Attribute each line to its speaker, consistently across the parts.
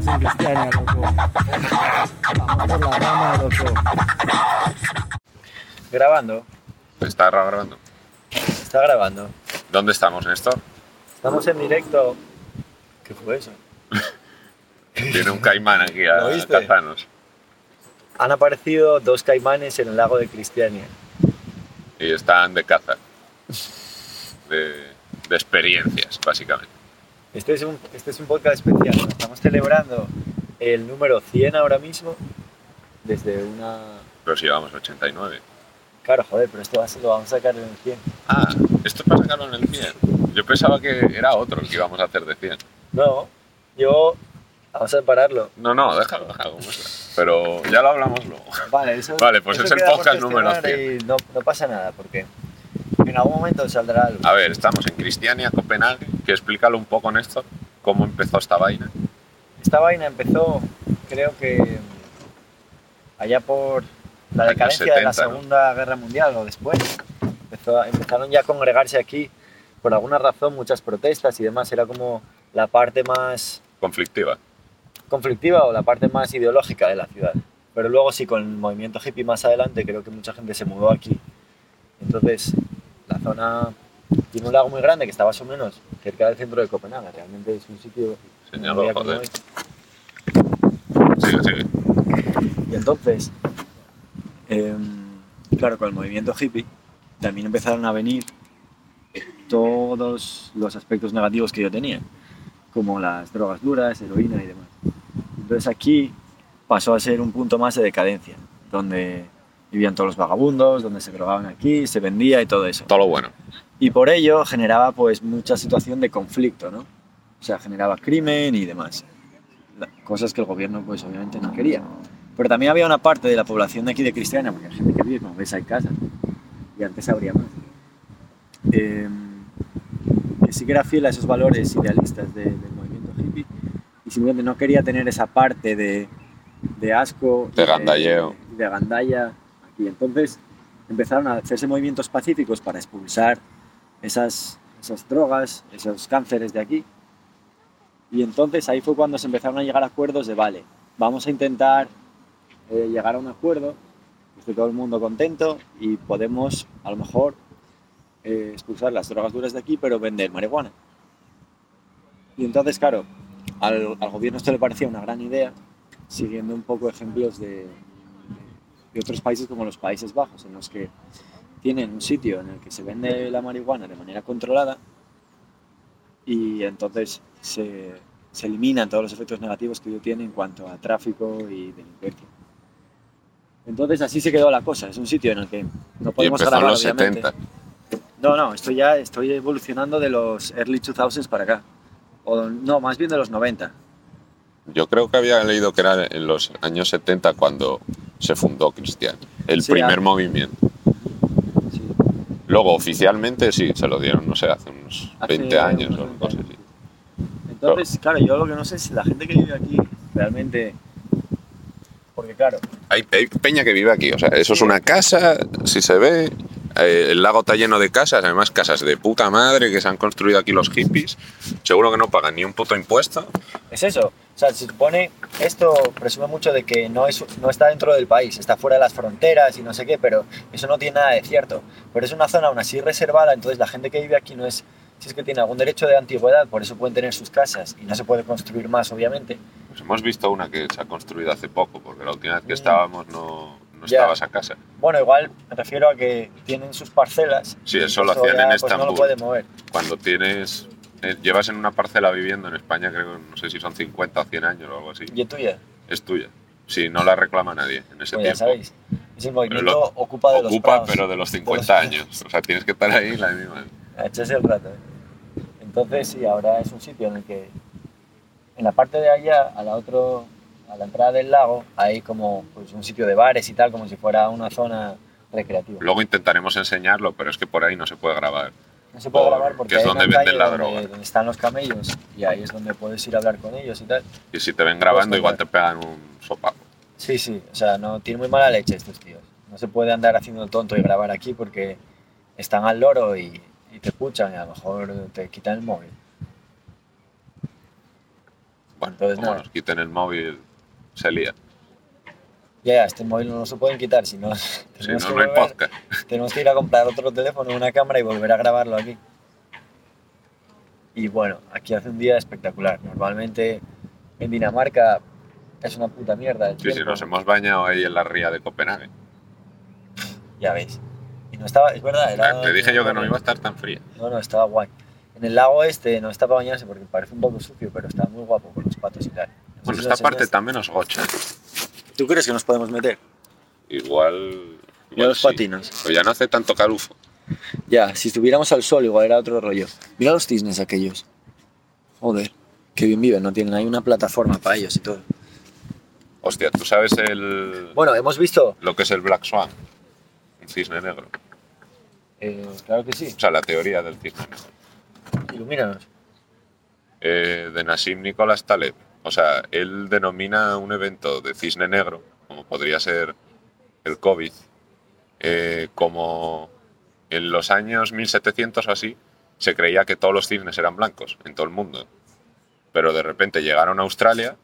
Speaker 1: Sin cristiana, loco. Vamos por la rama, loco. Grabando,
Speaker 2: Está grabando.
Speaker 1: está grabando.
Speaker 2: ¿Dónde estamos, Néstor?
Speaker 1: Estamos en directo. ¿Qué fue eso?
Speaker 2: Tiene un caimán aquí
Speaker 1: ¿Lo
Speaker 2: a
Speaker 1: viste?
Speaker 2: cazanos.
Speaker 1: Han aparecido dos caimanes en el lago de Cristiania.
Speaker 2: Y están de caza. De, de experiencias, básicamente.
Speaker 1: Este es, un, este es un podcast especial. ¿no? Estamos celebrando el número 100 ahora mismo. Desde una.
Speaker 2: Pero si llevamos 89.
Speaker 1: Claro, joder, pero esto va a ser- lo vamos a sacar en el 100.
Speaker 2: Ah, esto es para sacarlo en el 100. Yo pensaba que era otro el que íbamos a hacer de 100.
Speaker 1: No, yo. Vamos a pararlo.
Speaker 2: No, no, déjalo, déjalo. como está. Pero ya lo hablamos luego.
Speaker 1: Vale, eso,
Speaker 2: Vale, pues
Speaker 1: eso
Speaker 2: es el
Speaker 1: queda por
Speaker 2: podcast número
Speaker 1: gestionar y no, no pasa nada, porque en algún momento saldrá algo.
Speaker 2: A ver, estamos en Cristiania, Copenhague. Que explícalo un poco, Néstor, cómo empezó esta vaina.
Speaker 1: Esta vaina empezó, creo que allá por la
Speaker 2: Años
Speaker 1: decadencia de la
Speaker 2: 70, ¿no?
Speaker 1: Segunda Guerra Mundial o después. Empezó- empezaron ya a congregarse aquí, por alguna razón, muchas protestas y demás. Era como la parte más
Speaker 2: Conflictiva.
Speaker 1: conflictiva o la parte más ideológica de la ciudad. Pero luego sí, con el movimiento hippie más adelante, creo que mucha gente se mudó aquí. Entonces, la zona tiene un lago muy grande que está más o menos cerca del centro de Copenhague. Realmente es un sitio...
Speaker 2: Señalo,
Speaker 1: un día como
Speaker 2: joder.
Speaker 1: hoy.
Speaker 2: Sí, sí.
Speaker 1: Y entonces, em, claro, con el movimiento hippie también empezaron a venir todos los aspectos negativos que yo tenía, como las drogas duras, heroína y demás. Entonces aquí pasó a ser un punto más de decadencia, donde vivían todos los vagabundos, donde se drogaban aquí, se vendía y todo eso.
Speaker 2: Todo lo bueno.
Speaker 1: Y por ello generaba pues mucha situación de conflicto, ¿no? O sea, generaba crimen y demás. La- Cosas que el gobierno pues obviamente no quería. Pero también había una parte de la población de aquí de Cristiana, porque hay gente que vive, como ves, hay casas. Y antes habría más. Eh, que sí que era fiel a esos valores idealistas de- del movimiento hippie y simplemente no quería tener esa parte de, de asco. y
Speaker 2: De gandalleo.
Speaker 1: y De, gandalla aquí. Entonces empezaron a hacerse movimientos pacíficos para expulsar esas, esas drogas, esos cánceres de aquí. Y entonces ahí fue cuando se empezaron a llegar a acuerdos de, vale, vamos a intentar eh, llegar a un acuerdo, que esté todo el mundo contento y podemos a lo mejor eh, expulsar las drogas duras de aquí, pero vender marihuana. Y entonces, claro, al, al gobierno esto le parecía una gran idea, siguiendo un poco ejemplos de, de otros países como los Países Bajos, en los que tienen un sitio en el que se vende la marihuana de manera controlada y entonces se, se eliminan todos los efectos negativos que ello tiene en cuanto a tráfico y delincuencia. Entonces así se quedó la cosa, es un sitio en el que no
Speaker 2: Y
Speaker 1: podemos
Speaker 2: empezó en
Speaker 1: grabar,
Speaker 2: los
Speaker 1: obviamente.
Speaker 2: 70.
Speaker 1: No, no, estoy ya estoy evolucionando de los early 2000s para acá. O no, más bien de los 90.
Speaker 2: Yo creo que había leído que era en los años 70 cuando se fundó Cristian, el
Speaker 1: Sí,
Speaker 2: primer
Speaker 1: ah.
Speaker 2: movimiento.
Speaker 1: Sí,
Speaker 2: Luego, oficialmente, sí, se lo dieron, no sé, hace unos
Speaker 1: hace
Speaker 2: 20 años
Speaker 1: unos
Speaker 2: o
Speaker 1: 20
Speaker 2: cosas
Speaker 1: años,
Speaker 2: así.
Speaker 1: sí. Entonces, claro, yo lo que no sé es si la gente que vive aquí realmente porque claro,
Speaker 2: Hay, hay peña que vive aquí, o sea, eso es
Speaker 1: Sí.
Speaker 2: una casa, si se ve, eh, el lago está lleno de casas, además casas de puta madre que se han construido aquí los hippies, seguro que no pagan ni un puto impuesto.
Speaker 1: es eso. O sea, se supone esto presume mucho de que no es no está dentro del país, está fuera de las fronteras y no sé qué, pero eso no tiene nada de cierto. Pero es una zona aún así reservada, entonces la gente que vive aquí no es si es que tiene algún derecho de antigüedad, por eso pueden tener sus casas y no se puede construir más, obviamente.
Speaker 2: Pues hemos visto una que se ha construido hace poco, porque la última vez que
Speaker 1: Mm.
Speaker 2: estábamos no, no
Speaker 1: Ya.
Speaker 2: estaba esa casa.
Speaker 1: Bueno, igual me refiero a que tienen sus parcelas.
Speaker 2: Sí,
Speaker 1: y
Speaker 2: eso lo hacían
Speaker 1: ya,
Speaker 2: en
Speaker 1: pues, No
Speaker 2: Estambul.
Speaker 1: lo puede mover.
Speaker 2: cuando tienes eh, llevas en una parcela viviendo en España creo no sé si son 50 o 100 años o algo así
Speaker 1: Y es tuya,
Speaker 2: es tuya si no la reclama nadie en
Speaker 1: pues
Speaker 2: ese
Speaker 1: ya
Speaker 2: tiempo
Speaker 1: sabéis. Es el movimiento
Speaker 2: lo-
Speaker 1: ocupa de los
Speaker 2: ocupa
Speaker 1: prados.
Speaker 2: pero de los 50
Speaker 1: prados.
Speaker 2: años o sea tienes que estar ahí la misma
Speaker 1: Echas el rato. ¿eh? Entonces, sí, ahora es un sitio en el que en la parte de allá, a la, otro, a la entrada del lago, hay como pues, un sitio de bares y tal, como si fuera una zona recreativa.
Speaker 2: Luego intentaremos enseñarlo, pero es que por ahí no se puede grabar.
Speaker 1: No se puede
Speaker 2: por-
Speaker 1: grabar porque
Speaker 2: que es
Speaker 1: hay
Speaker 2: donde
Speaker 1: una calle
Speaker 2: venden la
Speaker 1: donde-
Speaker 2: droga.
Speaker 1: donde están los camellos y ahí es donde puedes ir a hablar con ellos y tal.
Speaker 2: Y si te ven grabando,
Speaker 1: Pues,
Speaker 2: igual te pegan un sopapo.
Speaker 1: Sí, sí, o sea, no tiene muy mala leche estos tíos. No se puede andar haciendo tonto y grabar aquí porque están al loro y, y te escuchan y a lo mejor te quitan el móvil.
Speaker 2: Bueno,
Speaker 1: Entonces,
Speaker 2: como
Speaker 1: nada.
Speaker 2: nos quiten el móvil, se lía.
Speaker 1: Ya, ya, este móvil no nos lo pueden quitar, si no,
Speaker 2: Si no,
Speaker 1: tenemos, que
Speaker 2: no hay
Speaker 1: volver-
Speaker 2: podcast.
Speaker 1: tenemos que ir a comprar otro teléfono, una cámara y volver a grabarlo aquí. Y bueno, aquí hace un día espectacular. Normalmente en Dinamarca es una puta mierda. el
Speaker 2: Sí, sí,
Speaker 1: tiempo.
Speaker 2: nos hemos bañado ahí en la ría de Copenhague.
Speaker 1: Ya veis. Y no estaba, es verdad, era.
Speaker 2: Te dije yo que no iba a estar tan fría.
Speaker 1: No, no, estaba guay. En el lago este no está para bañarse porque parece un poco sucio, pero está muy guapo con los patos y tal. No
Speaker 2: Bueno,
Speaker 1: sé si lo
Speaker 2: esta parte
Speaker 1: enseñaste.
Speaker 2: también os gocha.
Speaker 1: ¿Tú crees que nos podemos meter?
Speaker 2: Igual.
Speaker 1: Yo
Speaker 2: igual
Speaker 1: los
Speaker 2: sí.
Speaker 1: patinos.
Speaker 2: Pero ya no hace tanto calufo.
Speaker 1: Ya, si estuviéramos al sol igual era otro rollo. Mira los cisnes aquellos. Joder, qué bien viven, no tienen ahí una plataforma para ellos y todo.
Speaker 2: Hostia, ¿tú sabes el,
Speaker 1: Bueno, hemos visto...
Speaker 2: lo que es el Black Swan? Un cisne negro.
Speaker 1: Eh, claro que sí,
Speaker 2: O sea, la teoría del cisne negro.
Speaker 1: ilumínanos.
Speaker 2: eh, de Nassim Nicolás Taleb. O sea, él denomina un evento de cisne negro, como podría ser el COVID, eh, como en los años 1700 o así, se creía que todos los cisnes eran blancos en todo el mundo. Pero de repente llegaron a Australia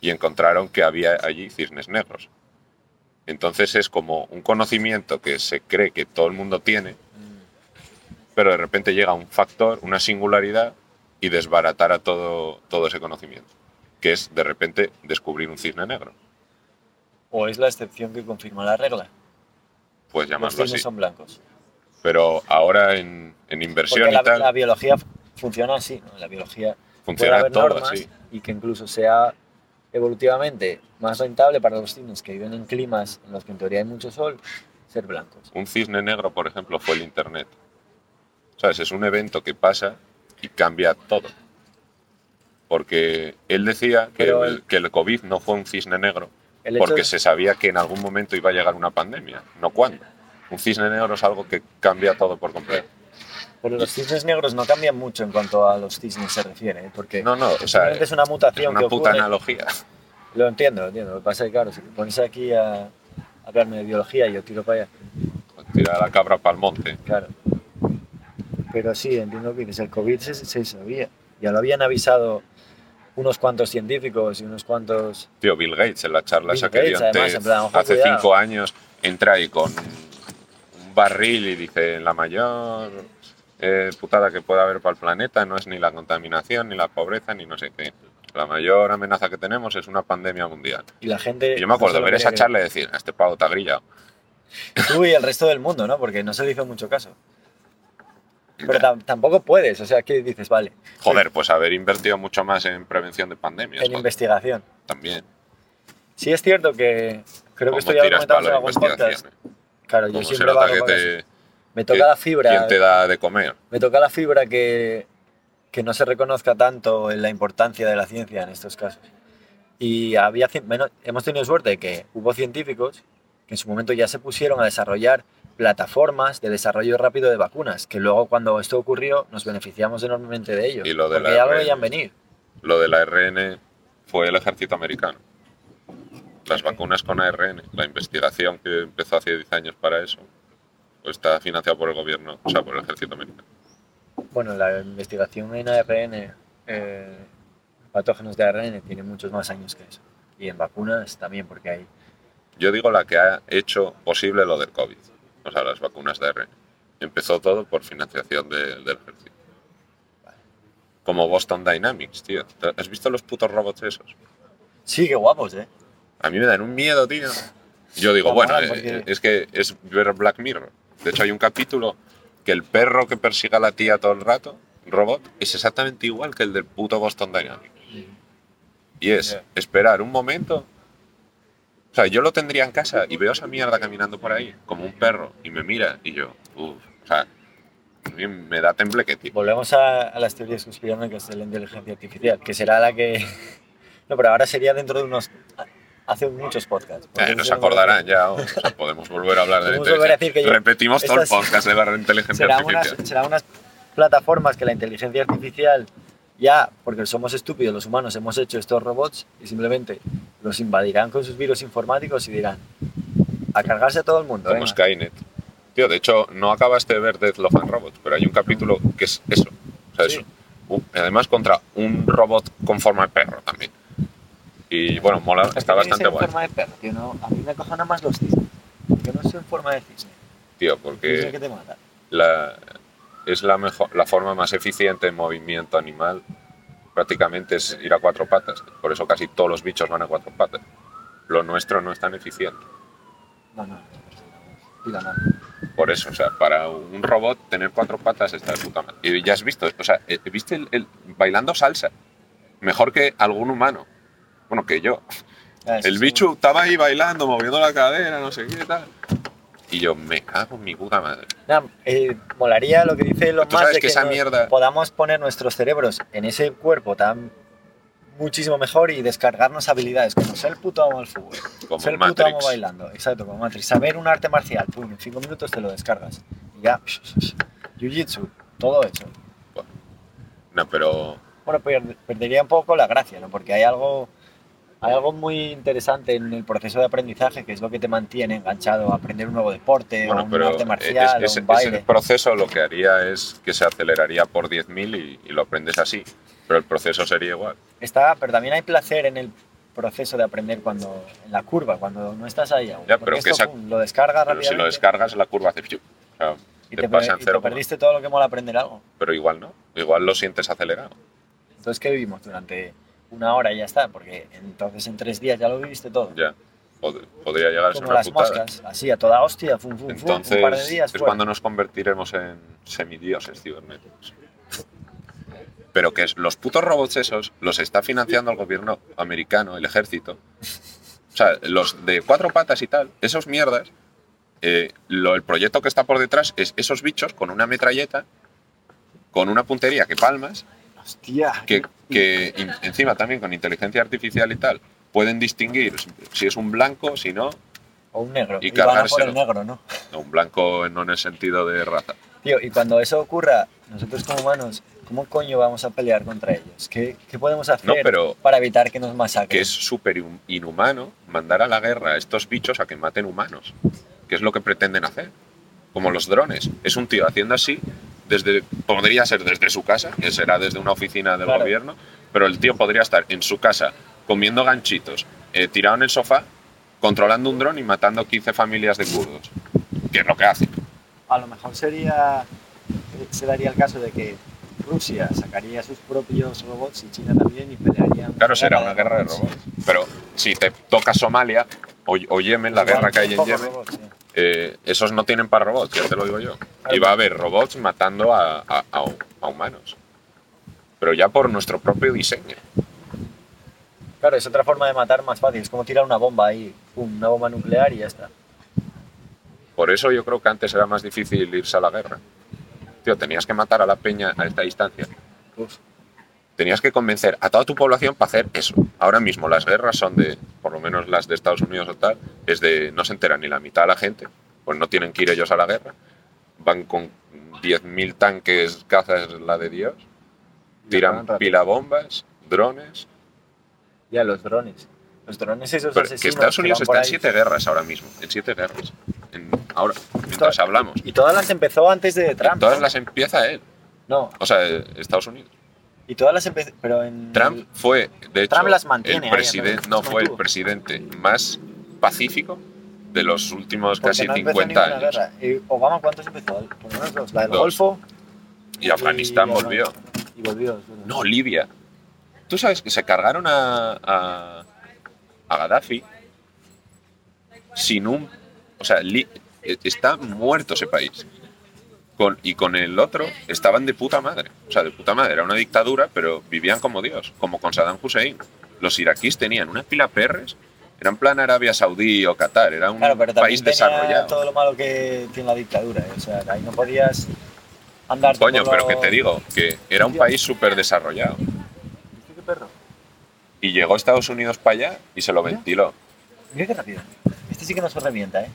Speaker 2: y encontraron que había allí cisnes negros. Entonces es como un conocimiento que se cree que todo el mundo tiene, pero de repente llega un factor, una singularidad, y desbaratara todo, todo ese conocimiento, que es de repente descubrir un cisne negro,
Speaker 1: ¿O es la excepción que confirma la regla?
Speaker 2: pues
Speaker 1: Los
Speaker 2: llamarlo
Speaker 1: cisnes
Speaker 2: así.
Speaker 1: son blancos.
Speaker 2: Pero ahora en, en inversión
Speaker 1: Porque
Speaker 2: y
Speaker 1: la,
Speaker 2: tal
Speaker 1: la biología funciona así, ¿no? La biología puede
Speaker 2: funciona
Speaker 1: haber
Speaker 2: todo
Speaker 1: normas
Speaker 2: así.
Speaker 1: y que incluso sea evolutivamente más rentable para los cisnes que viven en climas en los que en teoría hay mucho sol ser blancos.
Speaker 2: Un cisne negro, por ejemplo, fue el Internet. ¿Sabes? Es un evento que pasa y cambia todo. Porque él decía que,
Speaker 1: Pero
Speaker 2: el,
Speaker 1: el-
Speaker 2: que el COVID no fue un cisne negro
Speaker 1: El hecho
Speaker 2: porque
Speaker 1: de-
Speaker 2: se sabía que en algún momento iba a llegar una pandemia, no cuándo. Un cisne negro es algo que cambia todo por completo.
Speaker 1: Pero los cisnes negros no cambian mucho en cuanto a los cisnes se refiere, ¿eh? porque
Speaker 2: No, no, o sea,
Speaker 1: simplemente
Speaker 2: es
Speaker 1: es una mutación
Speaker 2: una
Speaker 1: que
Speaker 2: puta
Speaker 1: ocurre.
Speaker 2: analogía.
Speaker 1: Lo entiendo, lo entiendo. Lo que pasa es que, claro, si te pones aquí a hablarme de biología, yo tiro para allá,
Speaker 2: Tira la cabra para el monte.
Speaker 1: claro. Pero sí, entiendo que dices, el COVID se, se sabía. Ya lo habían avisado unos cuantos científicos y unos cuantos
Speaker 2: Tío, Bill Gates en la charla
Speaker 1: Bill
Speaker 2: esa que dio
Speaker 1: Gates, además,
Speaker 2: antes,
Speaker 1: en plan, ojo,
Speaker 2: hace
Speaker 1: cuidado.
Speaker 2: cinco años, entra ahí con un barril y dice, la mayor eh, putada que pueda haber para el planeta no es ni la contaminación, ni la pobreza, ni no sé qué. La mayor amenaza que tenemos es una pandemia mundial.
Speaker 1: Y la gente.
Speaker 2: Y yo me acuerdo
Speaker 1: no se lo
Speaker 2: ver esa
Speaker 1: quería
Speaker 2: charla y decir, "A este pavo te ha grillado".
Speaker 1: creer. Tú y el resto del mundo, ¿no? Porque no se le hizo mucho caso. Pero tam- tampoco puedes, o sea, ¿qué dices? Vale,
Speaker 2: Joder, pues haber invertido mucho más en prevención de pandemias.
Speaker 1: en
Speaker 2: joder,
Speaker 1: investigación.
Speaker 2: también.
Speaker 1: Sí es cierto que. Creo que
Speaker 2: Cómo
Speaker 1: esto ya lo
Speaker 2: tiras para
Speaker 1: comentamos en
Speaker 2: la
Speaker 1: algún podcast.
Speaker 2: investigación. eh.
Speaker 1: Claro, yo
Speaker 2: Cómo se
Speaker 1: siempre
Speaker 2: nota
Speaker 1: hago
Speaker 2: que
Speaker 1: con eso.
Speaker 2: te,
Speaker 1: Me toca
Speaker 2: que-
Speaker 1: la fibra.
Speaker 2: quién te da de comer.
Speaker 1: Me toca la fibra que, que no se reconozca tanto en la importancia de la ciencia en estos casos. Y había, cien- menos- hemos tenido suerte que hubo científicos que en su momento ya se pusieron a desarrollar plataformas de desarrollo rápido de vacunas, que luego cuando esto ocurrió nos beneficiamos enormemente de ello.
Speaker 2: Y lo de
Speaker 1: porque
Speaker 2: la
Speaker 1: ya lo
Speaker 2: red.
Speaker 1: veían venir.
Speaker 2: lo de la ARN fue el ejército americano. Las vacunas con ARN, la investigación que empezó hace 10 años para eso, pues está financiada por el gobierno, o sea, por el ejército americano.
Speaker 1: Bueno, la investigación en ARN, eh, patógenos de ARN, tiene muchos más años que eso. Y en vacunas también, porque hay
Speaker 2: Yo digo la que ha hecho posible lo del COVID, o sea, las vacunas de ARN. Empezó todo por financiación de- del ejército. Como Boston Dynamics, tío. ¿Te- ¿Has visto los putos robots esos?
Speaker 1: Sí, qué guapos, ¿eh?
Speaker 2: A mí me dan un miedo, tío. Yo digo,
Speaker 1: Está
Speaker 2: bueno,
Speaker 1: mal,
Speaker 2: eh,
Speaker 1: porque-
Speaker 2: es que es ver Black Mirror. De hecho, hay un capítulo que el perro que persiga a la tía todo el rato, robot, es exactamente igual que el del puto Boston Dynamics. Y es
Speaker 1: Ya.
Speaker 2: esperar un momento. O sea, yo lo tendría en casa y veo esa mierda caminando por ahí, como un perro, y me mira, y yo, uff, o sea, a mí me da temblequete.
Speaker 1: Volvemos a, a las teorías conspiranoicas de la inteligencia artificial, que será la que... No, pero ahora sería dentro de unos... Hace muchos podcasts.
Speaker 2: Eh,
Speaker 1: porque
Speaker 2: nos
Speaker 1: será-
Speaker 2: acordarán ya, o sea, podemos volver a hablar de la
Speaker 1: Podemos volver a
Speaker 2: inteligencia.
Speaker 1: decir que yo-
Speaker 2: Repetimos todo el
Speaker 1: estas-
Speaker 2: podcast de la inteligencia
Speaker 1: Será unas,
Speaker 2: artificial.
Speaker 1: será unas plataformas que la inteligencia artificial ya, porque somos estúpidos los humanos, hemos hecho estos robots y simplemente los invadirán con sus virus informáticos y dirán a cargarse a todo el mundo.
Speaker 2: Como
Speaker 1: venga".
Speaker 2: Skynet. Tío, de hecho, no acabaste de ver Death Love and Robots, pero hay un capítulo que es eso. O sea,
Speaker 1: Sí.
Speaker 2: es un- además contra un robot con forma de perro también. Y bueno, mola,
Speaker 1: Pero
Speaker 2: está
Speaker 1: Pues tiene que ser en
Speaker 2: bastante guay,
Speaker 1: forma de perro, tío, no- a mí me acojonan más los cisnes. Yo no soy en forma de cisne.
Speaker 2: tío,
Speaker 1: Es
Speaker 2: porque
Speaker 1: que te mata.
Speaker 2: la, es la, mejor, la forma más eficiente de movimiento animal prácticamente es ir a cuatro patas. Por eso casi todos los bichos van a cuatro patas. Lo nuestro no es tan eficiente.
Speaker 1: No, no, no. Tira mal.
Speaker 2: Por eso, o sea, para un robot tener cuatro patas está de puta madre. Y ya has visto, o sea, eh, viste el, el- bailando salsa. Mejor que algún humano. Bueno, que yo.
Speaker 1: Ah, eso
Speaker 2: El
Speaker 1: sí.
Speaker 2: bicho estaba ahí bailando, moviendo la cadera, no sé qué tal. Y yo, me cago en mi puta madre.
Speaker 1: Nah, eh, molaría lo que dice lo
Speaker 2: Tú
Speaker 1: más
Speaker 2: sabes
Speaker 1: de que,
Speaker 2: que esa
Speaker 1: nos-
Speaker 2: mierda-
Speaker 1: podamos poner nuestros cerebros en ese cuerpo tan muchísimo mejor y descargarnos habilidades como ser el puto amo del fútbol,
Speaker 2: Como
Speaker 1: ser el puto amo
Speaker 2: Matrix.
Speaker 1: bailando, exacto, como Matrix, saber un arte marcial, pum, en cinco minutos te lo descargas y ya, jiu-jitsu, todo hecho.
Speaker 2: No, pero
Speaker 1: Bueno, per- perdería un poco la gracia, ¿no? Porque hay algo, hay algo muy interesante en el proceso de aprendizaje que es lo que te mantiene enganchado a aprender un nuevo deporte o
Speaker 2: bueno,
Speaker 1: Eh, un
Speaker 2: pero
Speaker 1: arte
Speaker 2: es-
Speaker 1: marcial
Speaker 2: es-
Speaker 1: o un
Speaker 2: es-
Speaker 1: baile.
Speaker 2: ese proceso lo que haría es que se aceleraría por 10.000 y, y lo aprendes así. Pero el proceso sería igual.
Speaker 1: Está, pero también hay placer en el proceso de aprender cuando en la curva, cuando no estás ahí aún.
Speaker 2: Ya,
Speaker 1: Porque
Speaker 2: pero que
Speaker 1: esto,
Speaker 2: esa-
Speaker 1: pum, lo descargas
Speaker 2: Pero
Speaker 1: rápidamente
Speaker 2: si lo descargas, la curva hace... piu. O sea,
Speaker 1: y
Speaker 2: te
Speaker 1: te,
Speaker 2: pasa en
Speaker 1: y te
Speaker 2: cero coma.
Speaker 1: perdiste todo lo que mola aprender algo.
Speaker 2: pero igual no. Igual lo sientes acelerado.
Speaker 1: Entonces, ¿qué vivimos durante una hora y ya está? Porque entonces en tres días ya lo viviste todo.
Speaker 2: Ya. Pod- podría llegar a ser
Speaker 1: Como
Speaker 2: una
Speaker 1: las
Speaker 2: putada.
Speaker 1: moscas, así a toda hostia, fum, fum, fum,
Speaker 2: Entonces,
Speaker 1: un par de días.
Speaker 2: es
Speaker 1: fuera.
Speaker 2: cuando nos convertiremos en semidioses cibernéticos. Pero que es- los putos robots esos los está financiando el gobierno americano, el ejército. O sea, los de cuatro patas y tal, esos mierdas, eh, lo- el proyecto que está por detrás es esos bichos con una metralleta, con una puntería que palmas,
Speaker 3: Hostia.
Speaker 2: que, que in- encima también con inteligencia artificial y tal, pueden distinguir si es un blanco, si no,
Speaker 1: O un negro.
Speaker 2: y
Speaker 1: Y, van a por
Speaker 2: cargárselo.
Speaker 1: el negro, ¿no?
Speaker 2: no, un blanco no en el sentido de raza.
Speaker 1: Tío, y cuando eso ocurra, nosotros como humanos, ¿cómo coño vamos a pelear contra ellos? ¿Qué, qué podemos hacer
Speaker 2: No, pero-
Speaker 1: para evitar que nos masacren?
Speaker 2: que es súper in- inhumano mandar a la guerra a estos bichos a que maten humanos, que es lo que pretenden hacer, como los drones. Es un tío haciendo así, desde, podría ser desde su casa, que será desde una oficina del
Speaker 1: Claro.
Speaker 2: gobierno, pero el tío podría estar en su casa comiendo ganchitos, eh, tirado en el sofá, controlando un dron y matando 15 familias de kurdos, que es lo que hace.
Speaker 1: a lo mejor sería se daría el caso de que Rusia sacaría sus propios robots y China también y pelearían
Speaker 2: Claro, será una guerra de robots. Pero si te toca Somalia o, o Yemen, la guerra que hay en
Speaker 1: Pocos
Speaker 2: Yemen,
Speaker 1: robots, sí.
Speaker 2: Eh, esos no tienen para robots, ya te lo digo yo. Y
Speaker 1: Claro.
Speaker 2: va a haber robots matando a, a- a hu- a humanos. Pero ya por nuestro propio diseño.
Speaker 1: Claro, es otra forma de matar más fácil, es como tirar una bomba ahí, pum, una bomba nuclear y ya está.
Speaker 2: Por eso yo creo que antes era más difícil irse a la guerra. Tío, tenías que matar a la peña a esta distancia.
Speaker 1: Uf.
Speaker 2: Tenías que convencer a toda tu población para hacer eso. Ahora mismo las guerras son de, por lo menos las de Estados Unidos o tal, es de no se entera ni la mitad de la gente, pues no tienen que ir ellos a la guerra. Van con 10.000 tanques, cazas, la de Dios. tiran pilabombas, drones.
Speaker 1: Ya, los drones. Los drones esos
Speaker 2: Pero
Speaker 1: asesinos
Speaker 2: que Estados Unidos
Speaker 1: van por
Speaker 2: está en
Speaker 1: ahí.
Speaker 2: siete guerras ahora mismo, en siete guerras. En- ahora, mientras
Speaker 1: Todas-
Speaker 2: hablamos.
Speaker 1: Y todas las empezó antes de Trump.
Speaker 2: Todas
Speaker 1: ¿no?
Speaker 2: las empieza él,
Speaker 1: No,
Speaker 2: o sea, eh, Estados Unidos.
Speaker 1: y todas las empezó, pero en...
Speaker 2: Trump fue, de hecho,
Speaker 1: Trump las mantiene ¿eh?
Speaker 2: el
Speaker 1: ahí,
Speaker 2: presidente,
Speaker 1: las
Speaker 2: no fue el
Speaker 1: mantuvo.
Speaker 2: presidente más pacífico de los últimos
Speaker 1: porque
Speaker 2: pues casi
Speaker 1: no empezó
Speaker 2: 50
Speaker 1: ninguna
Speaker 2: años.
Speaker 1: guerra. Eh, Obama, ¿cuántos empezó? Por lo menos dos. La del
Speaker 2: Dos.
Speaker 1: Golfo.
Speaker 2: Y Afganistán
Speaker 1: y-
Speaker 2: volvió.
Speaker 1: Y volvió. es verdad.
Speaker 2: No, Libia. Tú sabes que se cargaron a, a, a Gaddafi sin un... O sea, Li- e- está muerto ese país. Con, y con el otro estaban de puta madre. O sea, de puta madre. Era una dictadura, pero vivían como Dios, como con Saddam Hussein. Los iraquíes tenían una pila perres. Era en plan Arabia Saudí o Qatar. Era un
Speaker 1: Claro, pero también
Speaker 2: país
Speaker 1: tenía
Speaker 2: desarrollado.
Speaker 1: todo lo malo que tiene la dictadura. ¿eh? O sea, ahí no podías andar
Speaker 2: Coño, pero que te digo, que era un país súper desarrollado.
Speaker 1: ¿Viste qué perro?
Speaker 2: Y llegó a Estados Unidos para allá y se lo ventiló.
Speaker 1: Mira qué rápido. Este sí que nos revienta, ¿eh?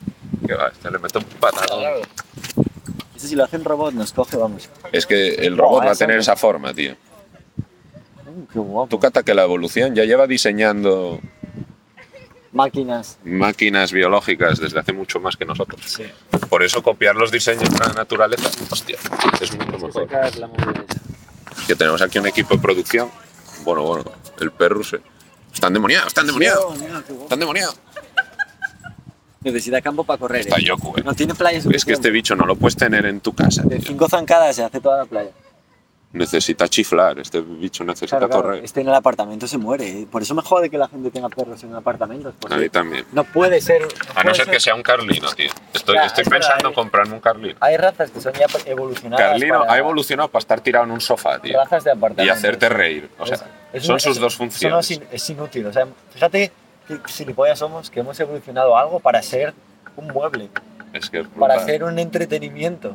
Speaker 2: Que va, este le meto un patadón.
Speaker 1: Este
Speaker 4: Eso si lo hace un robot nos coge, vamos.
Speaker 2: Es que el
Speaker 1: Buah,
Speaker 2: robot va a
Speaker 1: eso
Speaker 2: tener
Speaker 1: me-
Speaker 2: esa forma, tío.
Speaker 4: Uh, qué guapo.
Speaker 2: Tú cata que la evolución ya lleva diseñando
Speaker 4: Máquinas.
Speaker 2: máquinas biológicas desde hace mucho más que nosotros.
Speaker 1: Sí.
Speaker 2: Por eso copiar los diseños de la naturaleza, hostia, es mucho mejor.
Speaker 4: Sacas la movida esa.
Speaker 2: Que tenemos aquí un equipo de producción. Bueno, bueno, el perro se... Está endemoniado, está endemoniado,
Speaker 4: Mira, mira, qué guapo.
Speaker 2: está endemoniado.
Speaker 4: Necesita campo para correr.
Speaker 2: Está
Speaker 4: eh.
Speaker 2: Yoku, eh.
Speaker 4: No tiene playa
Speaker 2: Es que
Speaker 4: suficiente.
Speaker 2: este bicho no lo puedes tener en tu casa.
Speaker 4: De
Speaker 2: tío.
Speaker 4: cinco zancadas se hace toda la playa.
Speaker 2: Necesita chiflar, este bicho necesita
Speaker 4: Claro, claro.
Speaker 2: correr.
Speaker 4: Este en el apartamento se muere. eh. Por eso me jode que la gente tenga perros en apartamentos. porque
Speaker 2: A mí también.
Speaker 4: No puede ser.
Speaker 2: A no
Speaker 4: puede
Speaker 2: ser que sea un carlino, tío. Estoy,
Speaker 1: Ya,
Speaker 2: estoy
Speaker 1: es verdad,
Speaker 2: pensando en
Speaker 1: eh.
Speaker 2: comprarme un carlino.
Speaker 1: Hay razas que son ya evolucionadas.
Speaker 2: Carlino
Speaker 1: para-
Speaker 2: ha evolucionado para estar tirado en un sofá, tío.
Speaker 1: Razas de
Speaker 2: Y
Speaker 1: apartamentos.
Speaker 2: hacerte reír. O sea,
Speaker 1: Es- es
Speaker 2: son
Speaker 1: una-
Speaker 2: sus
Speaker 1: es-
Speaker 2: dos
Speaker 1: Eso no es,
Speaker 2: funciones.
Speaker 1: in- es inútil. O sea, fíjate qué gilipollas somos que hemos evolucionado algo para ser un mueble,
Speaker 2: Es que es
Speaker 1: para
Speaker 2: brutal.
Speaker 1: ser un entretenimiento.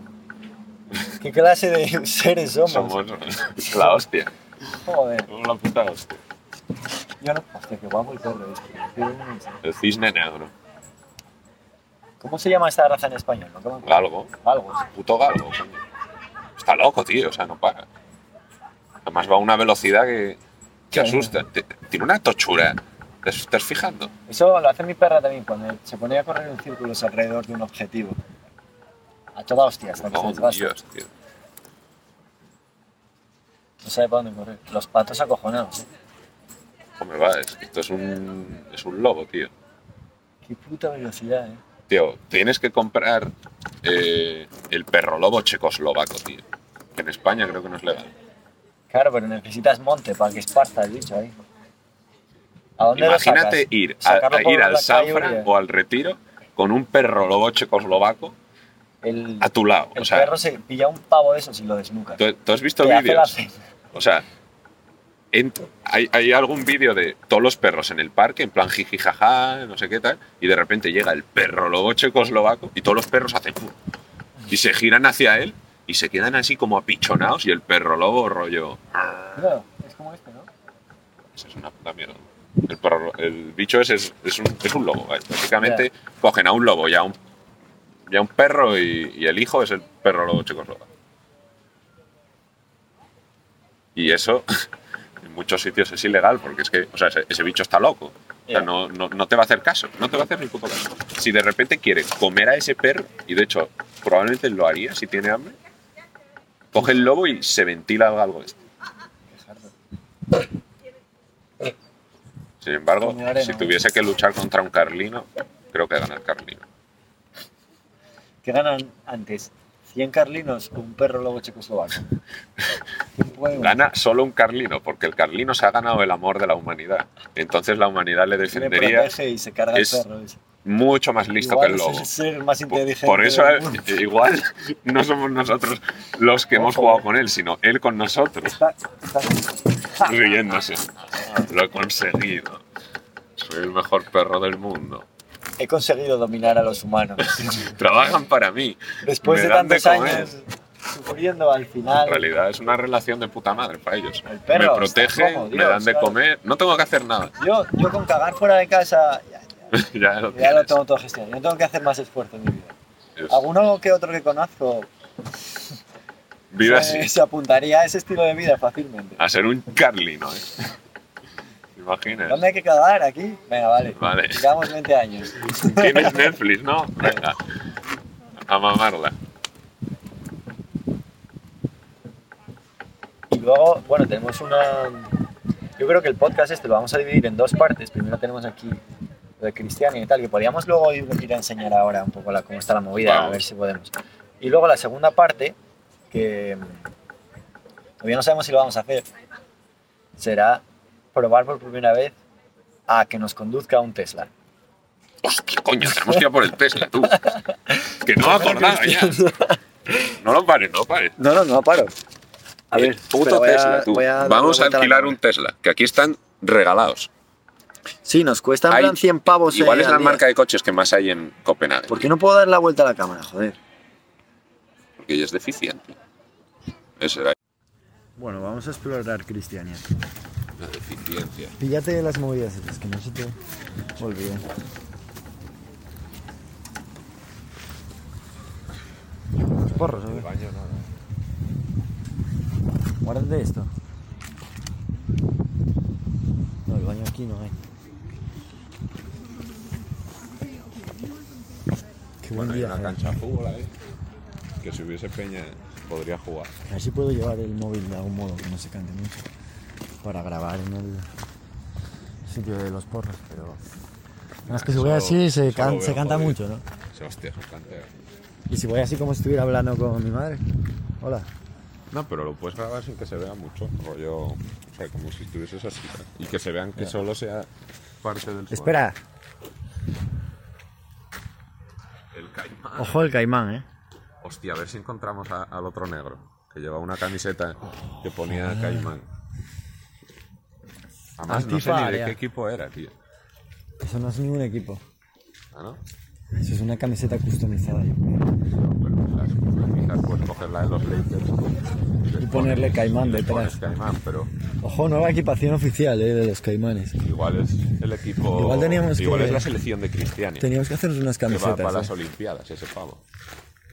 Speaker 1: ¿Qué clase de seres somos?
Speaker 2: Somos la hostia.
Speaker 1: Joder,
Speaker 2: Somos la puta hostia.
Speaker 1: yo no. Hostia, qué guapo el perro. este. Qué bueno es.
Speaker 2: El cisne negro.
Speaker 1: ¿Cómo se llama esta raza en español? ¿No? ¿Cómo?
Speaker 2: Galgo.
Speaker 1: Galgos.
Speaker 2: Puto galgo. coño. Está loco, tío. O sea, no para. Además va a una velocidad que, que
Speaker 1: Sí.
Speaker 2: asusta. Te- Tiene una tochura. ¿Te estás fijando?
Speaker 1: Eso lo hace mi perra también cuando se ponía a correr en círculos alrededor de un objetivo. A toda hostia, hasta que se
Speaker 2: Oh,
Speaker 1: desgasta.
Speaker 2: Dios, tío.
Speaker 1: No sabe para dónde correr. Los patos acojonados. ¿eh?
Speaker 2: ¿Cómo va? Es que esto es un, es un lobo, tío.
Speaker 1: Qué puta velocidad, eh.
Speaker 2: Tío, tienes que comprar eh, el perro lobo checoslovaco, tío. Que en España creo que no es legal.
Speaker 1: Claro, pero necesitas monte para que esparza el bicho ahí. ¿A dónde lo
Speaker 2: Imagínate
Speaker 1: sacas?
Speaker 2: ir, a-
Speaker 1: Sacarlo
Speaker 2: a
Speaker 1: por
Speaker 2: ir
Speaker 1: la
Speaker 2: al
Speaker 1: calle
Speaker 2: Zafra
Speaker 1: Uria.
Speaker 2: o al Retiro con un perro lobo checoslovaco
Speaker 1: El,
Speaker 2: a tu lado.
Speaker 1: el
Speaker 2: O sea,
Speaker 1: perro se pilla un pavo de esos y lo desnuca.
Speaker 2: ¿tú, tú has visto
Speaker 1: Te hace la
Speaker 2: vídeos?
Speaker 1: fe-
Speaker 2: O sea, en- hay, hay algún vídeo de todos los perros en el parque, en plan jiji jaja, no sé qué tal, y de repente llega el perro lobo checoslovaco y todos los perros hacen pu- y se giran hacia él y se quedan así como apichonados y el perro lobo rollo.
Speaker 1: Claro, es como este, ¿no?
Speaker 2: Eso es una puta mierda. El, perro- el bicho ese es, es, un, es un lobo, ¿vale? Básicamente cogen a un lobo y a un, y a un perro y, y el hijo es el perro lobo checoslovaco. Y eso en muchos sitios es ilegal porque es que, o sea, ese, ese bicho está loco. O sea,
Speaker 1: Ya.
Speaker 2: no, no- no te va a hacer caso, no te va a hacer ni puto caso. Si de repente quiere comer a ese perro, y de hecho probablemente lo haría si tiene hambre, coge el lobo y se ventila algo. este. Sin embargo,
Speaker 1: Como arena,
Speaker 2: si
Speaker 1: ¿no?
Speaker 2: tuviese que luchar contra un carlino, creo que gana el carlino.
Speaker 1: ¿Qué ganan antes? ¿100 carlinos o un perro lobo checoslovaco? ¿Quién puede ganar?
Speaker 2: Gana solo un carlino, porque el carlino se ha ganado el amor de la humanidad. Entonces la humanidad le
Speaker 1: Se le
Speaker 2: defendería
Speaker 1: protege y se carga el
Speaker 2: es
Speaker 1: perro. ese.
Speaker 2: mucho más listo
Speaker 1: Igual
Speaker 2: que el
Speaker 1: es
Speaker 2: lobo.
Speaker 1: ser más inteligente.
Speaker 2: Por eso
Speaker 1: del
Speaker 2: eh,
Speaker 1: mundo.
Speaker 2: igual no somos nosotros los que hemos
Speaker 1: Ojo,
Speaker 2: jugado
Speaker 1: eh.
Speaker 2: con él, sino él con nosotros,
Speaker 1: Está- está-
Speaker 2: riéndose. Lo he conseguido. Soy el mejor perro del mundo.
Speaker 1: He conseguido dominar a los humanos.
Speaker 2: Trabajan para mí.
Speaker 1: Después
Speaker 2: Me
Speaker 1: de
Speaker 2: dan de
Speaker 1: tantos
Speaker 2: comer.
Speaker 1: años sufriendo, al
Speaker 2: En
Speaker 1: final
Speaker 2: realidad es una relación de puta madre para ellos.
Speaker 1: El perro
Speaker 2: me
Speaker 1: está
Speaker 2: protegen,
Speaker 1: como
Speaker 2: me
Speaker 1: Dios,
Speaker 2: dan de
Speaker 1: claro.
Speaker 2: comer, no tengo que hacer nada.
Speaker 1: Yo, yo con cagar fuera de casa ya,
Speaker 2: ya lo,
Speaker 1: ya lo
Speaker 2: tienes.
Speaker 1: tengo todo gestionado. Yo tengo que hacer más esfuerzo en mi vida.
Speaker 2: Es-
Speaker 1: Alguno que otro que conozco
Speaker 2: Vive
Speaker 1: se,
Speaker 2: así,
Speaker 1: se apuntaría a ese estilo de vida fácilmente.
Speaker 2: a ser un carlino, ¿eh? Imagina.
Speaker 1: ¿Dónde hay que cagar? ¿Aquí? Venga, vale.
Speaker 2: Vale.
Speaker 1: Llevamos 20 años.
Speaker 2: Tienes Netflix, ¿no? Venga, a mamarla.
Speaker 1: Y luego, bueno, tenemos una... Yo creo que el podcast este lo vamos a dividir en dos partes. Primero tenemos aquí lo de Cristian y tal, que podríamos luego ir, ir a enseñar ahora un poco la, cómo está la movida, a
Speaker 2: Vamos.
Speaker 1: ver si podemos. Y luego la segunda parte, que mm, todavía no sabemos si lo vamos a hacer, será probar por primera vez a que nos conduzca un Tesla.
Speaker 2: Hostia, coño, tenemos que ir a por el Tesla, tú. Que no me acordaba ya. No lo pares, no lo pares.
Speaker 4: No, no, no paro. A
Speaker 2: El
Speaker 4: ver, espera,
Speaker 2: Eh, puto
Speaker 4: voy a-
Speaker 2: Tesla, tú.
Speaker 4: voy a dar
Speaker 2: Vamos a
Speaker 4: una vuelta la
Speaker 2: alquilar
Speaker 4: cámara.
Speaker 2: un Tesla, que aquí están regalados.
Speaker 4: Sí, nos cuestan
Speaker 2: Hay-
Speaker 4: plan 100 pavos. eh,
Speaker 2: Igual es
Speaker 4: al
Speaker 2: la
Speaker 4: día.
Speaker 2: marca de coches que más hay en Copenhague,
Speaker 4: ¿Por qué no puedo dar la vuelta a la cámara? Joder.
Speaker 2: porque ella es deficiente. Ese era
Speaker 5: Bueno, vamos a explorar Cristiania.
Speaker 2: la deficiencia.
Speaker 1: Píllate las movidas esas, que no se te olvide. Porros, ¿eh? Guárdate esto. No, el baño aquí no hay. Qué buen
Speaker 2: Bueno, hay
Speaker 1: día.
Speaker 2: una
Speaker 1: eh.
Speaker 2: cancha de fútbol ahí. Que si hubiese peña podría jugar.
Speaker 1: A ver si puedo llevar el móvil de algún modo que no se cante mucho para grabar en el sitio de los porros, pero más que si
Speaker 2: Eso-
Speaker 1: voy así se,
Speaker 2: eso
Speaker 1: can-
Speaker 2: lo veo
Speaker 1: se canta
Speaker 2: jodido.
Speaker 1: mucho, ¿no?
Speaker 2: Sebastián, se canta.
Speaker 1: Y si voy así como si estuviera hablando con mi madre. Hola.
Speaker 2: No, pero lo puedes grabar sin que se vea mucho. Rollo, o sea, como si estuvieses así. Y que se vean que solo sea parte del.
Speaker 1: Espera,
Speaker 2: El caimán.
Speaker 1: ojo el caimán, ¿eh?
Speaker 2: Hostia, a ver si encontramos a- al otro negro. Que lleva una camiseta que ponía
Speaker 1: Ah.
Speaker 2: caimán. Además, no sé ni de
Speaker 1: Antifaria.
Speaker 2: qué equipo era, tío.
Speaker 1: Eso no es ningún equipo.
Speaker 2: Ah, ¿no?
Speaker 1: Eso es una camiseta customizada, yo creo.
Speaker 2: Bueno, las camisas, pues coger la de los Lakers.
Speaker 1: Y ponerle caimán
Speaker 2: Le pones
Speaker 1: detrás.
Speaker 2: caimán, pero
Speaker 1: Ojo, nueva equipación oficial, ¿eh? De los caimanes.
Speaker 2: igual es el equipo.
Speaker 1: Igual teníamos
Speaker 2: igual
Speaker 1: que-
Speaker 2: es la selección de Cristiani.
Speaker 1: Teníamos que hacernos unas
Speaker 2: Que va para
Speaker 1: camisetas.
Speaker 2: las
Speaker 1: ¿eh?
Speaker 2: Olimpiadas, ese pavo.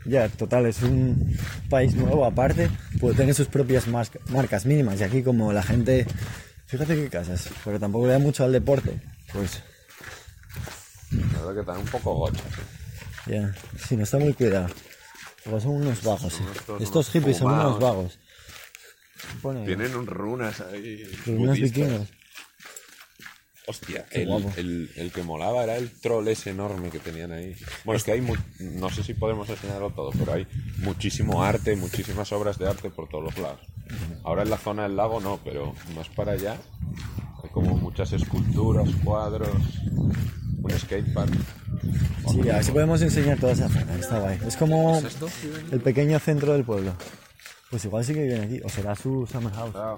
Speaker 1: Ya, total, es un país nuevo aparte, puede tener sus propias marca- marcas mínimas. Y aquí como la gente, fíjate qué casas, pero tampoco le da mucho al deporte. Pues
Speaker 2: La verdad que están un poco gochas. ¿eh?
Speaker 1: ya, sí, no está muy cuidado. Pero son unos vagos. eh.
Speaker 2: estos
Speaker 1: Estos
Speaker 2: unos
Speaker 1: hippies son unos
Speaker 2: fumados.
Speaker 1: vagos. Pone ahí,
Speaker 2: Tienen un runas ahí.
Speaker 1: pero unos
Speaker 2: budistas.
Speaker 1: vikingos.
Speaker 2: Hostia,
Speaker 1: Qué
Speaker 2: el,
Speaker 1: guapo.
Speaker 2: el- el que molaba era el troll ese enorme que tenían ahí. Bueno, es que hay, mu- no sé si podemos enseñarlo todo, pero hay muchísimo arte, muchísimas obras de arte por todos los lados. Ahora en la zona del lago no, pero más para allá hay como muchas esculturas, cuadros, un skatepark.
Speaker 1: Sí, a ver si podemos enseñar toda esa zona, está guay. Es como el pequeño centro del pueblo. Pues igual sí que viven aquí, o será su summer house.
Speaker 2: Ah,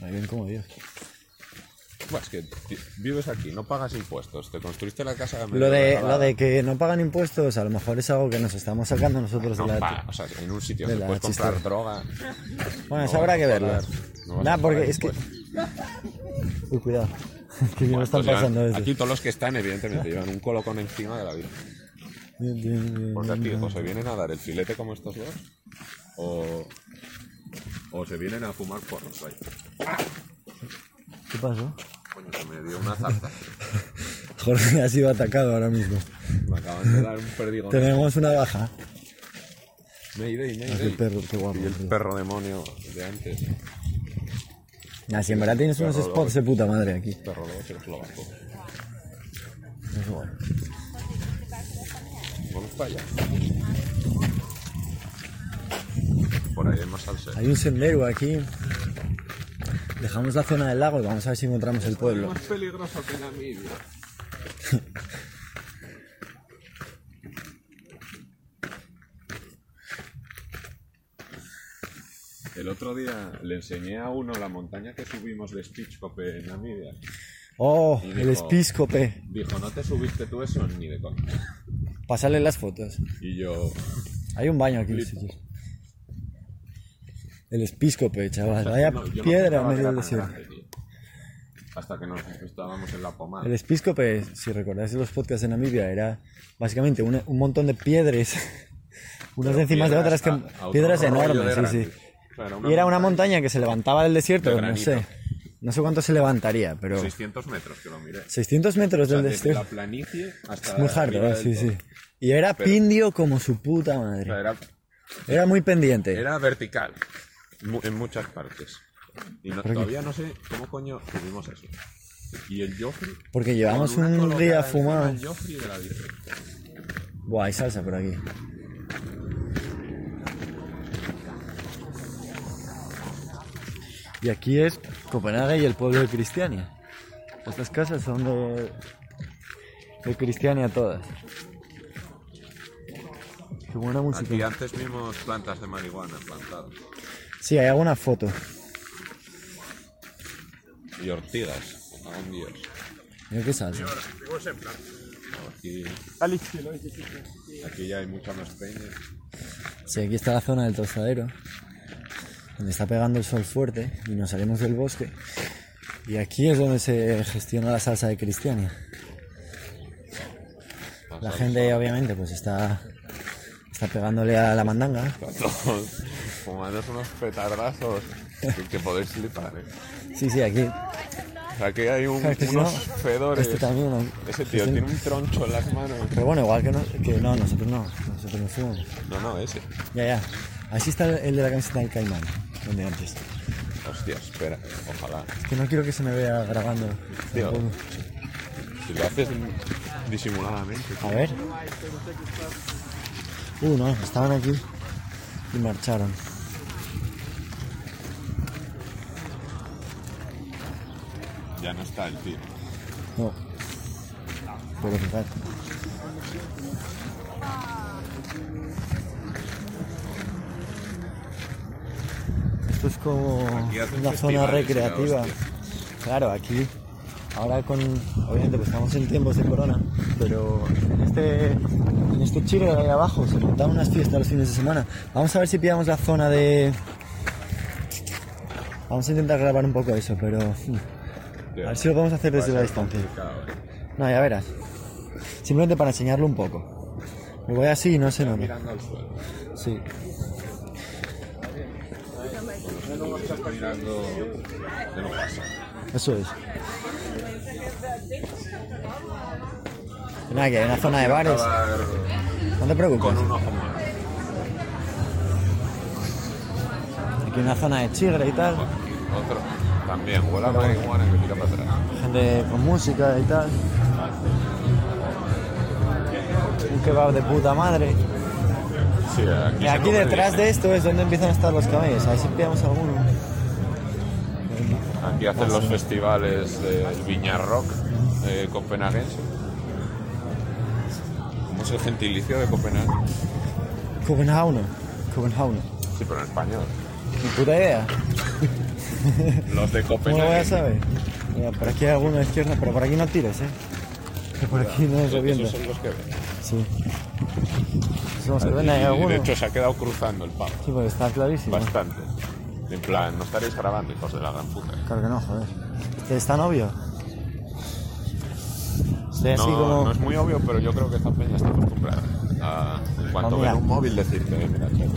Speaker 1: Ahí ven como Dios.
Speaker 2: buah, es que ti- vives aquí, no pagas impuestos, te construiste la casa de
Speaker 1: Lo de,
Speaker 2: medio
Speaker 1: lo de que no pagan impuestos, a lo mejor es algo que nos estamos sacando nosotros
Speaker 2: No,
Speaker 1: de la.
Speaker 2: pa- o sea, en un sitio
Speaker 1: de
Speaker 2: donde
Speaker 1: la
Speaker 2: puedes comprar
Speaker 1: chistera.
Speaker 2: droga.
Speaker 1: bueno,
Speaker 2: no
Speaker 1: eso habrá
Speaker 2: vas a
Speaker 1: que verlo.
Speaker 2: pagar- no vas a
Speaker 1: Nada, porque
Speaker 2: pagar
Speaker 1: es que.
Speaker 2: impuestos.
Speaker 1: Uy, cuidado. que bien me están
Speaker 2: Pues llevan-
Speaker 1: pasando desde.
Speaker 2: Aquí todos los que están, evidentemente, llevan un colocón encima de la vida.
Speaker 1: Bien, bien, bien,
Speaker 2: Porque
Speaker 1: bien,
Speaker 2: aquí
Speaker 1: bien.
Speaker 2: o se vienen a dar el filete como estos dos, o, o se vienen a fumar porros. Vaya.
Speaker 1: ¿Qué pasó?
Speaker 2: Coño, que me dio una zarta.
Speaker 1: Jorge ha sido atacado ahora mismo.
Speaker 2: Me acaban de dar un perdigón.
Speaker 1: Tenemos una baja.
Speaker 2: Mayday,
Speaker 1: Ah, qué
Speaker 2: mayday.
Speaker 1: perro, qué guapo.
Speaker 2: Y el
Speaker 1: tío.
Speaker 2: perro demonio de antes,
Speaker 1: Nah, si en verdad tienes unos
Speaker 2: perro
Speaker 1: spots de puta madre aquí.
Speaker 2: perro lobo checoslovaco.
Speaker 1: Es bueno.
Speaker 2: Vamos para allá. Por ahí hay más salsa.
Speaker 1: Hay un sendero aquí. Dejamos la zona del lago y vamos a ver si encontramos el pueblo.
Speaker 2: más peligroso que Namibia. El otro día le enseñé a uno la montaña que subimos de Spitzkope en Namibia.
Speaker 1: Oh,
Speaker 2: Y
Speaker 1: el
Speaker 2: dijo-
Speaker 1: espíscope.
Speaker 2: Dijo, no te subiste tú eso ni de coña.
Speaker 1: Pasarle las fotos.
Speaker 2: Y yo,
Speaker 1: Hay un baño aquí,
Speaker 2: Flipa.
Speaker 1: si quieres. El espíscope, chaval. Vaya
Speaker 2: no, yo no
Speaker 1: piedra en
Speaker 2: pensaba que
Speaker 1: medio
Speaker 2: era
Speaker 1: del
Speaker 2: tan
Speaker 1: desierto.
Speaker 2: grande, tío. Hasta que nos estábamos en la pomada.
Speaker 1: El espíscope, si recordáis los podcasts de Namibia, era básicamente una- un montón de piedras, unas
Speaker 2: Pero
Speaker 1: encima de
Speaker 2: piedras
Speaker 1: otras, que,
Speaker 2: a- a otro
Speaker 1: piedras
Speaker 2: rollo de
Speaker 1: enormes, sí, sí.
Speaker 2: grandes. Claro,
Speaker 1: Y era una montaña que se levantaba del desierto,
Speaker 2: De
Speaker 1: no
Speaker 2: granito.
Speaker 1: sé, no sé cuánto se levantaría, pero
Speaker 2: 600 metros que lo miré.
Speaker 1: 600 metros
Speaker 2: O sea,
Speaker 1: del
Speaker 2: desde la
Speaker 1: desierto.
Speaker 2: planicie hasta
Speaker 1: este. Muy
Speaker 2: la
Speaker 1: hard, ¿eh?
Speaker 2: vida del
Speaker 1: sí,
Speaker 2: todo.
Speaker 1: sí. Y era
Speaker 2: Pero-
Speaker 1: pindio como su puta
Speaker 2: O sea,
Speaker 1: madre.
Speaker 2: era,
Speaker 1: Era muy pendiente.
Speaker 2: era vertical mu- en muchas partes. Y no- todavía no sé cómo coño subimos eso. Y el Joffrey.
Speaker 1: Porque llevamos
Speaker 2: con una
Speaker 1: un
Speaker 2: colocada
Speaker 1: día
Speaker 2: encima
Speaker 1: fumado.
Speaker 2: del Joffrey de la Virgen.
Speaker 1: Buah, hay salsa por aquí. Y aquí es Copenhague y el pueblo de Cristiania. Estas casas son de, de Cristiania todas. Qué buena música.
Speaker 2: Aquí antes vimos plantas de marihuana plantadas.
Speaker 1: Sí, hay alguna foto.
Speaker 2: Y ortigas. me cago en Dios.
Speaker 1: Mira qué salsa.
Speaker 2: Aquí, aquí ya hay mucha más peña.
Speaker 1: Sí, aquí está la zona del tostadero, donde está pegando el sol fuerte y nos salimos del bosque. Y aquí es donde se gestiona la salsa de Cristiania. La gente, obviamente, pues está, está pegándole a la mandanga.
Speaker 2: Todos fumando unos petardazos que- que podéis flipar, ¿eh?
Speaker 1: Sí, sí, aquí.
Speaker 2: O sea, Aquí hay un-
Speaker 1: Es que si
Speaker 2: unos
Speaker 1: no,
Speaker 2: fedores.
Speaker 1: Este también, ¿no?
Speaker 2: Ese tío
Speaker 1: Este-
Speaker 2: tiene un troncho en las manos.
Speaker 1: Pero bueno, igual que no, que no, nosotros no, nosotros no fumamos.
Speaker 2: No, no, ese.
Speaker 1: Ya, ya. Así está el de la camiseta del Caimán, donde antes.
Speaker 2: Hostia, espera, ojalá.
Speaker 1: Que no quiero que se me vea grabando.
Speaker 2: Tío.
Speaker 1: tampoco.
Speaker 2: Si lo haces disimuladamente.
Speaker 1: A ver. Uh, no, estaban aquí y marcharon.
Speaker 2: Ya no está el tío.
Speaker 1: No. Pero fíjate. Esto es como
Speaker 2: Aquí hacen
Speaker 1: una zona
Speaker 2: festivales, la
Speaker 1: recreativa.
Speaker 2: hostia.
Speaker 1: Claro, aquí. Ahora con. Obviamente pues estamos en tiempos de corona. Pero en este. En este chile de ahí abajo se montaban unas fiestas los fines de semana. Vamos a ver si pillamos la zona de. Vamos a intentar grabar un poco eso, pero. hmm,
Speaker 2: Tío,
Speaker 1: A ver si lo podemos hacer
Speaker 2: va a
Speaker 1: desde la
Speaker 2: ser
Speaker 1: distancia.
Speaker 2: complicado, ¿eh?
Speaker 1: No, ya verás. Simplemente para enseñarlo un poco. Me voy así y no se nota.
Speaker 2: Mirando al suelo.
Speaker 1: Sí.
Speaker 2: Mirando. Ya no pasa.
Speaker 1: Eso es. Nada, que hay una zona de bares.
Speaker 2: Acabar
Speaker 1: No te preocupes.
Speaker 2: Con un ojo más.
Speaker 1: Aquí hay una zona de chigre y tal.
Speaker 2: Otro. También huele a marihuana que tira para atrás.
Speaker 1: Gente con música y tal. Un kebab de puta madre.
Speaker 2: Sí, aquí,
Speaker 1: Y
Speaker 2: se
Speaker 1: aquí
Speaker 2: come
Speaker 1: detrás de
Speaker 2: bien,
Speaker 1: esto es donde empiezan a estar los camellos. A ver si pillamos alguno.
Speaker 2: ¿eh? Aquí hacen los festivales del Viña Rock eh, copenhaguense. ¿Cómo es el gentilicio de Copenhague?
Speaker 1: Copenhague. Copenhague.
Speaker 2: Sí, pero en español.
Speaker 1: Ni puta idea.
Speaker 2: Los de
Speaker 1: ¿Cómo lo voy
Speaker 2: Copenhague.
Speaker 1: a saber? Pues eh. Mira, por aquí hay alguno de izquierda, pero por aquí no tires, ¿eh? Que por aquí no es revienta.
Speaker 2: Esos son los que ven.
Speaker 1: Sí. Somos que ven, hay
Speaker 2: Y,
Speaker 1: alguno.
Speaker 2: de
Speaker 1: Sí,
Speaker 2: hecho, se ha quedado cruzando el pavo.
Speaker 1: porque está clarísimo.
Speaker 2: Bastante. En plan, no estaréis grabando, hijos de la gran puta.
Speaker 1: Claro que no, joder. Este es tan obvio. Estoy Este así
Speaker 2: no,
Speaker 1: como.
Speaker 2: no es muy obvio, pero yo creo que esta peña está acostumbrada a, en cuanto
Speaker 1: Ah,
Speaker 2: ven
Speaker 1: mira.
Speaker 2: un móvil, decirte, "Eh, mira, chaval".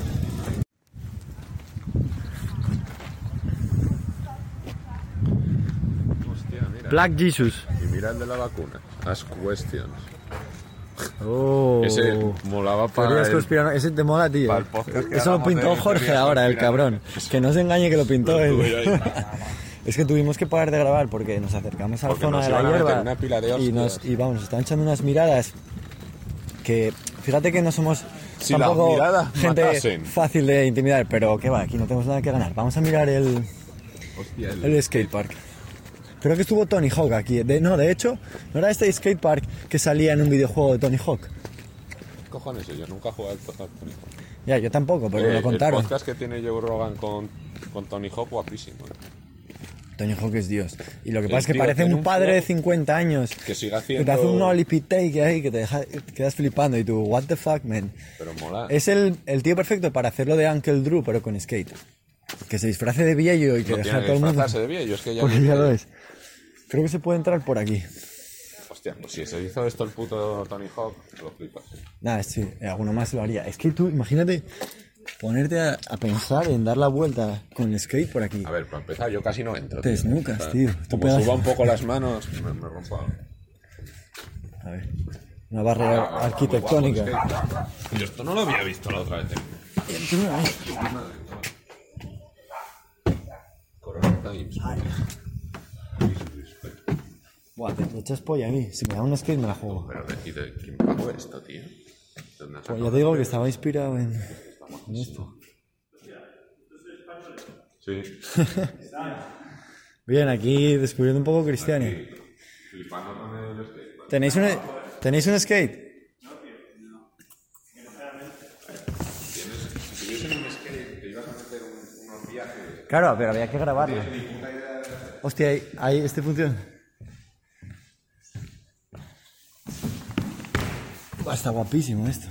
Speaker 2: Hostia, mira.
Speaker 1: Black Jesus.
Speaker 2: Y mira el de la vacuna. Ask questions.
Speaker 1: Oh.
Speaker 2: Ese molaba para
Speaker 1: Teorías
Speaker 2: el,
Speaker 1: conspirano- Ese te mola, tío.
Speaker 2: para el podcast que
Speaker 1: Eso lo
Speaker 2: hagamos
Speaker 1: pintó
Speaker 2: de
Speaker 1: Jorge
Speaker 2: teorías
Speaker 1: ahora, el cabrón.
Speaker 2: conspiranoicas.
Speaker 1: Que no se engañe que lo pintó
Speaker 2: Lo tuve yo
Speaker 1: él.
Speaker 2: ahí.
Speaker 1: es que tuvimos que parar de grabar porque nos acercamos a la
Speaker 2: Porque
Speaker 1: zona
Speaker 2: nos
Speaker 1: de la
Speaker 2: iban a meter
Speaker 1: hierba.
Speaker 2: una pila de
Speaker 1: y,
Speaker 2: hostias.
Speaker 1: nos, y vamos, nos están echando unas miradas que. Fíjate que no somos
Speaker 2: Si las
Speaker 1: tampoco
Speaker 2: miradas
Speaker 1: gente
Speaker 2: matasen.
Speaker 1: fácil de intimidar, pero que va, aquí no tenemos nada que ganar. Vamos a mirar el,
Speaker 2: Hostia, el-
Speaker 1: el skatepark. Creo que estuvo Tony Hawk aquí. De- no, de hecho, no era este skatepark que salía en un videojuego de Tony Hawk.
Speaker 2: ¿Qué cojones? Yo nunca he jugado al podcast con Tony Hawk.
Speaker 1: Ya, yo tampoco, pero
Speaker 2: Eh,
Speaker 1: me lo contaron.
Speaker 2: El podcast que tiene Joe Rogan con, con Tony Hawk, guapísimo. ¿eh?
Speaker 1: Tony Hawk es Dios. Y lo que
Speaker 2: El
Speaker 1: pasa es que
Speaker 2: tío
Speaker 1: parece
Speaker 2: tiene
Speaker 1: un
Speaker 2: un
Speaker 1: padre de
Speaker 2: flow
Speaker 1: 50 años.
Speaker 2: que sigue
Speaker 1: Que te hace
Speaker 2: haciendo-
Speaker 1: un olipitake ahí que te deja, te quedas flipando y tú, what the fuck, man.
Speaker 2: Pero mola.
Speaker 1: Es el, el tío perfecto para hacerlo de Uncle Drew, pero con skate. Que se disfrace de viejo y que
Speaker 2: no
Speaker 1: deja a
Speaker 2: tiene que
Speaker 1: todo el mundo.
Speaker 2: disfrazarse de bien. Yo es que ya...
Speaker 1: Porque ya lo es. Creo que se puede entrar por aquí.
Speaker 2: Hostia, pues si se hizo esto el puto Tony Hawk, lo flipas.
Speaker 1: Nada, sí, alguno más lo haría. Es que tú, imagínate ponerte a, a pensar en dar la vuelta con el skate por aquí.
Speaker 2: A ver, para empezar, yo casi no entro.
Speaker 1: Te desnucas, tío. Tú
Speaker 2: Como
Speaker 1: pegas-
Speaker 2: suba un poco las manos, me, me rompo algo.
Speaker 1: A ver. Una barrera
Speaker 2: Ah,
Speaker 1: arquitectónica.
Speaker 2: muy guapo, es que- Yo esto no lo había visto la otra vez. Coronavirus.
Speaker 1: Buah, te, te echas polla a mí. Si me da un skate me la juego.
Speaker 2: Pero, ¿y de quién pagó esto, tío? ¿Dónde
Speaker 1: Pues
Speaker 2: has sacado?
Speaker 1: ya te digo que estaba inspirado en, en esto. Pues-
Speaker 2: Sí.
Speaker 1: Bien, aquí descubriendo un poco Cristiani.
Speaker 2: Flipando con el skate.
Speaker 1: ¿Tenéis un, ¿tenéis un skate?
Speaker 2: Si tuviesen un skate, te ibas a meter un- unos viajes.
Speaker 1: Claro, pero había que grabarlo. Hostia, ahí, ahí este funciona. Buah, está guapísimo esto.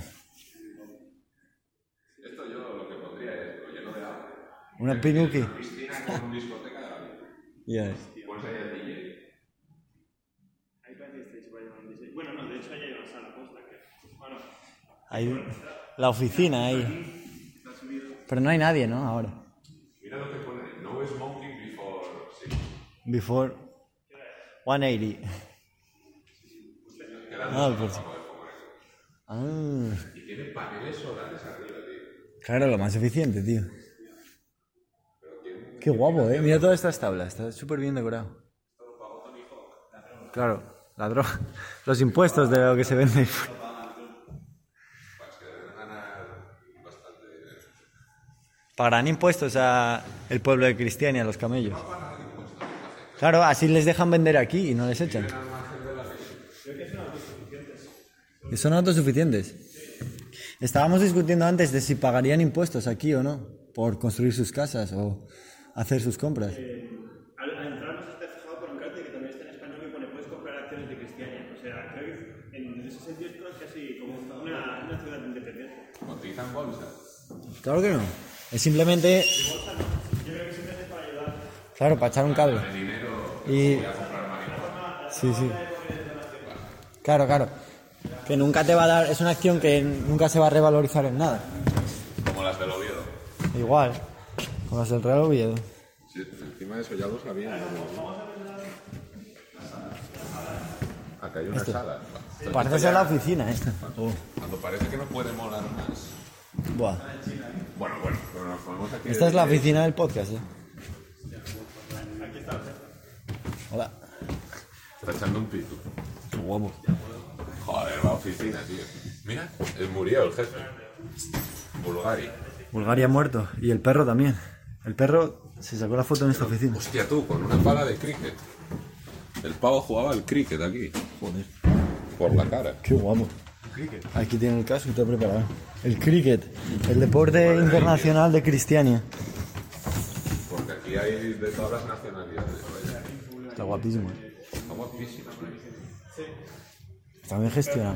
Speaker 2: Esto yo
Speaker 1: Una pinuki.
Speaker 2: Cristina con un discoteca de la vida.
Speaker 1: Ya
Speaker 2: Pues ahí el DJ.
Speaker 6: Ahí parece que se va a llevar un diseño. Bueno, no, de hecho ahí hay una sala posta que... Bueno,
Speaker 1: Ahí, la oficina ahí. Pero no hay nadie, ¿no? Ahora.
Speaker 2: Mira lo que pone. No smoking before six.
Speaker 1: Before 180. Ah, por su- Ah,
Speaker 2: Y tiene paneles solares arriba, tío.
Speaker 1: claro, lo más eficiente, tío. Qué guapo, eh. Mira todas estas tablas, está súper bien decorado. Claro, la droga. Los impuestos de lo que se vende. Pagarán impuestos a el pueblo de Cristian y a los camellos. Claro, así les dejan vender aquí y no les echan. Que son autosuficientes. Estábamos discutiendo antes de si pagarían impuestos aquí o no, por construir sus casas o hacer sus compras.
Speaker 6: al, al entrar no sé si te has fijado por un cartel que también está en español que pone puedes comprar acciones de Cristiania. O sea, creo que en ese sentido es casi como una, una ciudad independiente.
Speaker 2: Cotizan bolsa.
Speaker 1: Claro que no. Es simplemente. Claro, para echar un cable. Y. Sí, sí. Claro, claro. Que nunca te va a dar. Es una acción que nunca se va a revalorizar en nada.
Speaker 2: Como las del Oviedo.
Speaker 1: Igual. Como es el Real Oviedo.
Speaker 2: Sí, pues encima de eso ya lo sabía. Acá hay una sala.
Speaker 1: Este. Parece ser la oficina esta.
Speaker 2: Cuando parece que no puede molar más.
Speaker 1: Buah.
Speaker 2: Bueno, bueno, pero nos ponemos aquí.
Speaker 1: Esta es la oficina del podcast, ¿eh? Hola.
Speaker 2: Está echando un pito.
Speaker 1: Qué guapo.
Speaker 2: Joder, la oficina, tío. Mira, eh, murió el jefe. Bulgari.
Speaker 1: Bulgaria muerto. Y el perro también. El perro se sacó la foto en esta oficina.
Speaker 2: Hostia, tú, con una pala de cricket. El pavo jugaba al cricket aquí,
Speaker 1: Joder.
Speaker 2: por la cara.
Speaker 1: Qué guapo. Aquí tiene el caso y está preparado. El cricket, el deporte internacional de Cristiania.
Speaker 2: Porque aquí hay de todas las nacionalidades. vaya.
Speaker 1: Está guapísimo. ¿eh?
Speaker 2: Está guapísima.
Speaker 1: Está bien gestionado.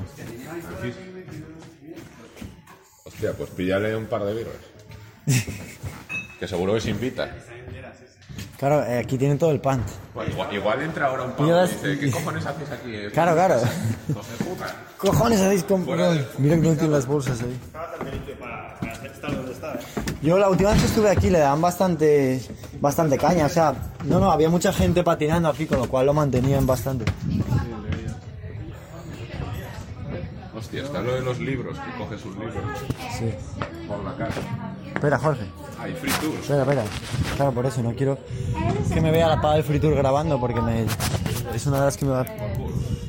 Speaker 2: Hostia, pues píllale un par de virus. que seguro que se invita.
Speaker 1: Claro, eh, aquí tiene todo el pan.
Speaker 2: Bueno, Pues igual, igual entra ahora un pavo
Speaker 1: Píllalas-
Speaker 2: y dice, ¿qué cojones haces aquí? eh?
Speaker 1: Claro, claro.
Speaker 2: Hijos de puta.
Speaker 1: Cojones hacéis con...
Speaker 2: Fuera de-
Speaker 1: Mira que no tiene las bolsas ahí.
Speaker 6: Estaba tan limpio para, para estar donde está, ¿eh?
Speaker 1: Yo la última vez que estuve aquí le daban bastante, bastante caña, o sea, no, no, había mucha gente patinando aquí, con lo cual lo mantenían bastante.
Speaker 2: Hostia, está lo de los libros, que coges un libro
Speaker 1: Sí.
Speaker 2: por la cara.
Speaker 1: Espera, Jorge,
Speaker 2: Hay free tours.
Speaker 1: espera, espera. Claro, por eso, no quiero que me vea la paga del Fritur grabando porque me... es una de las que me va...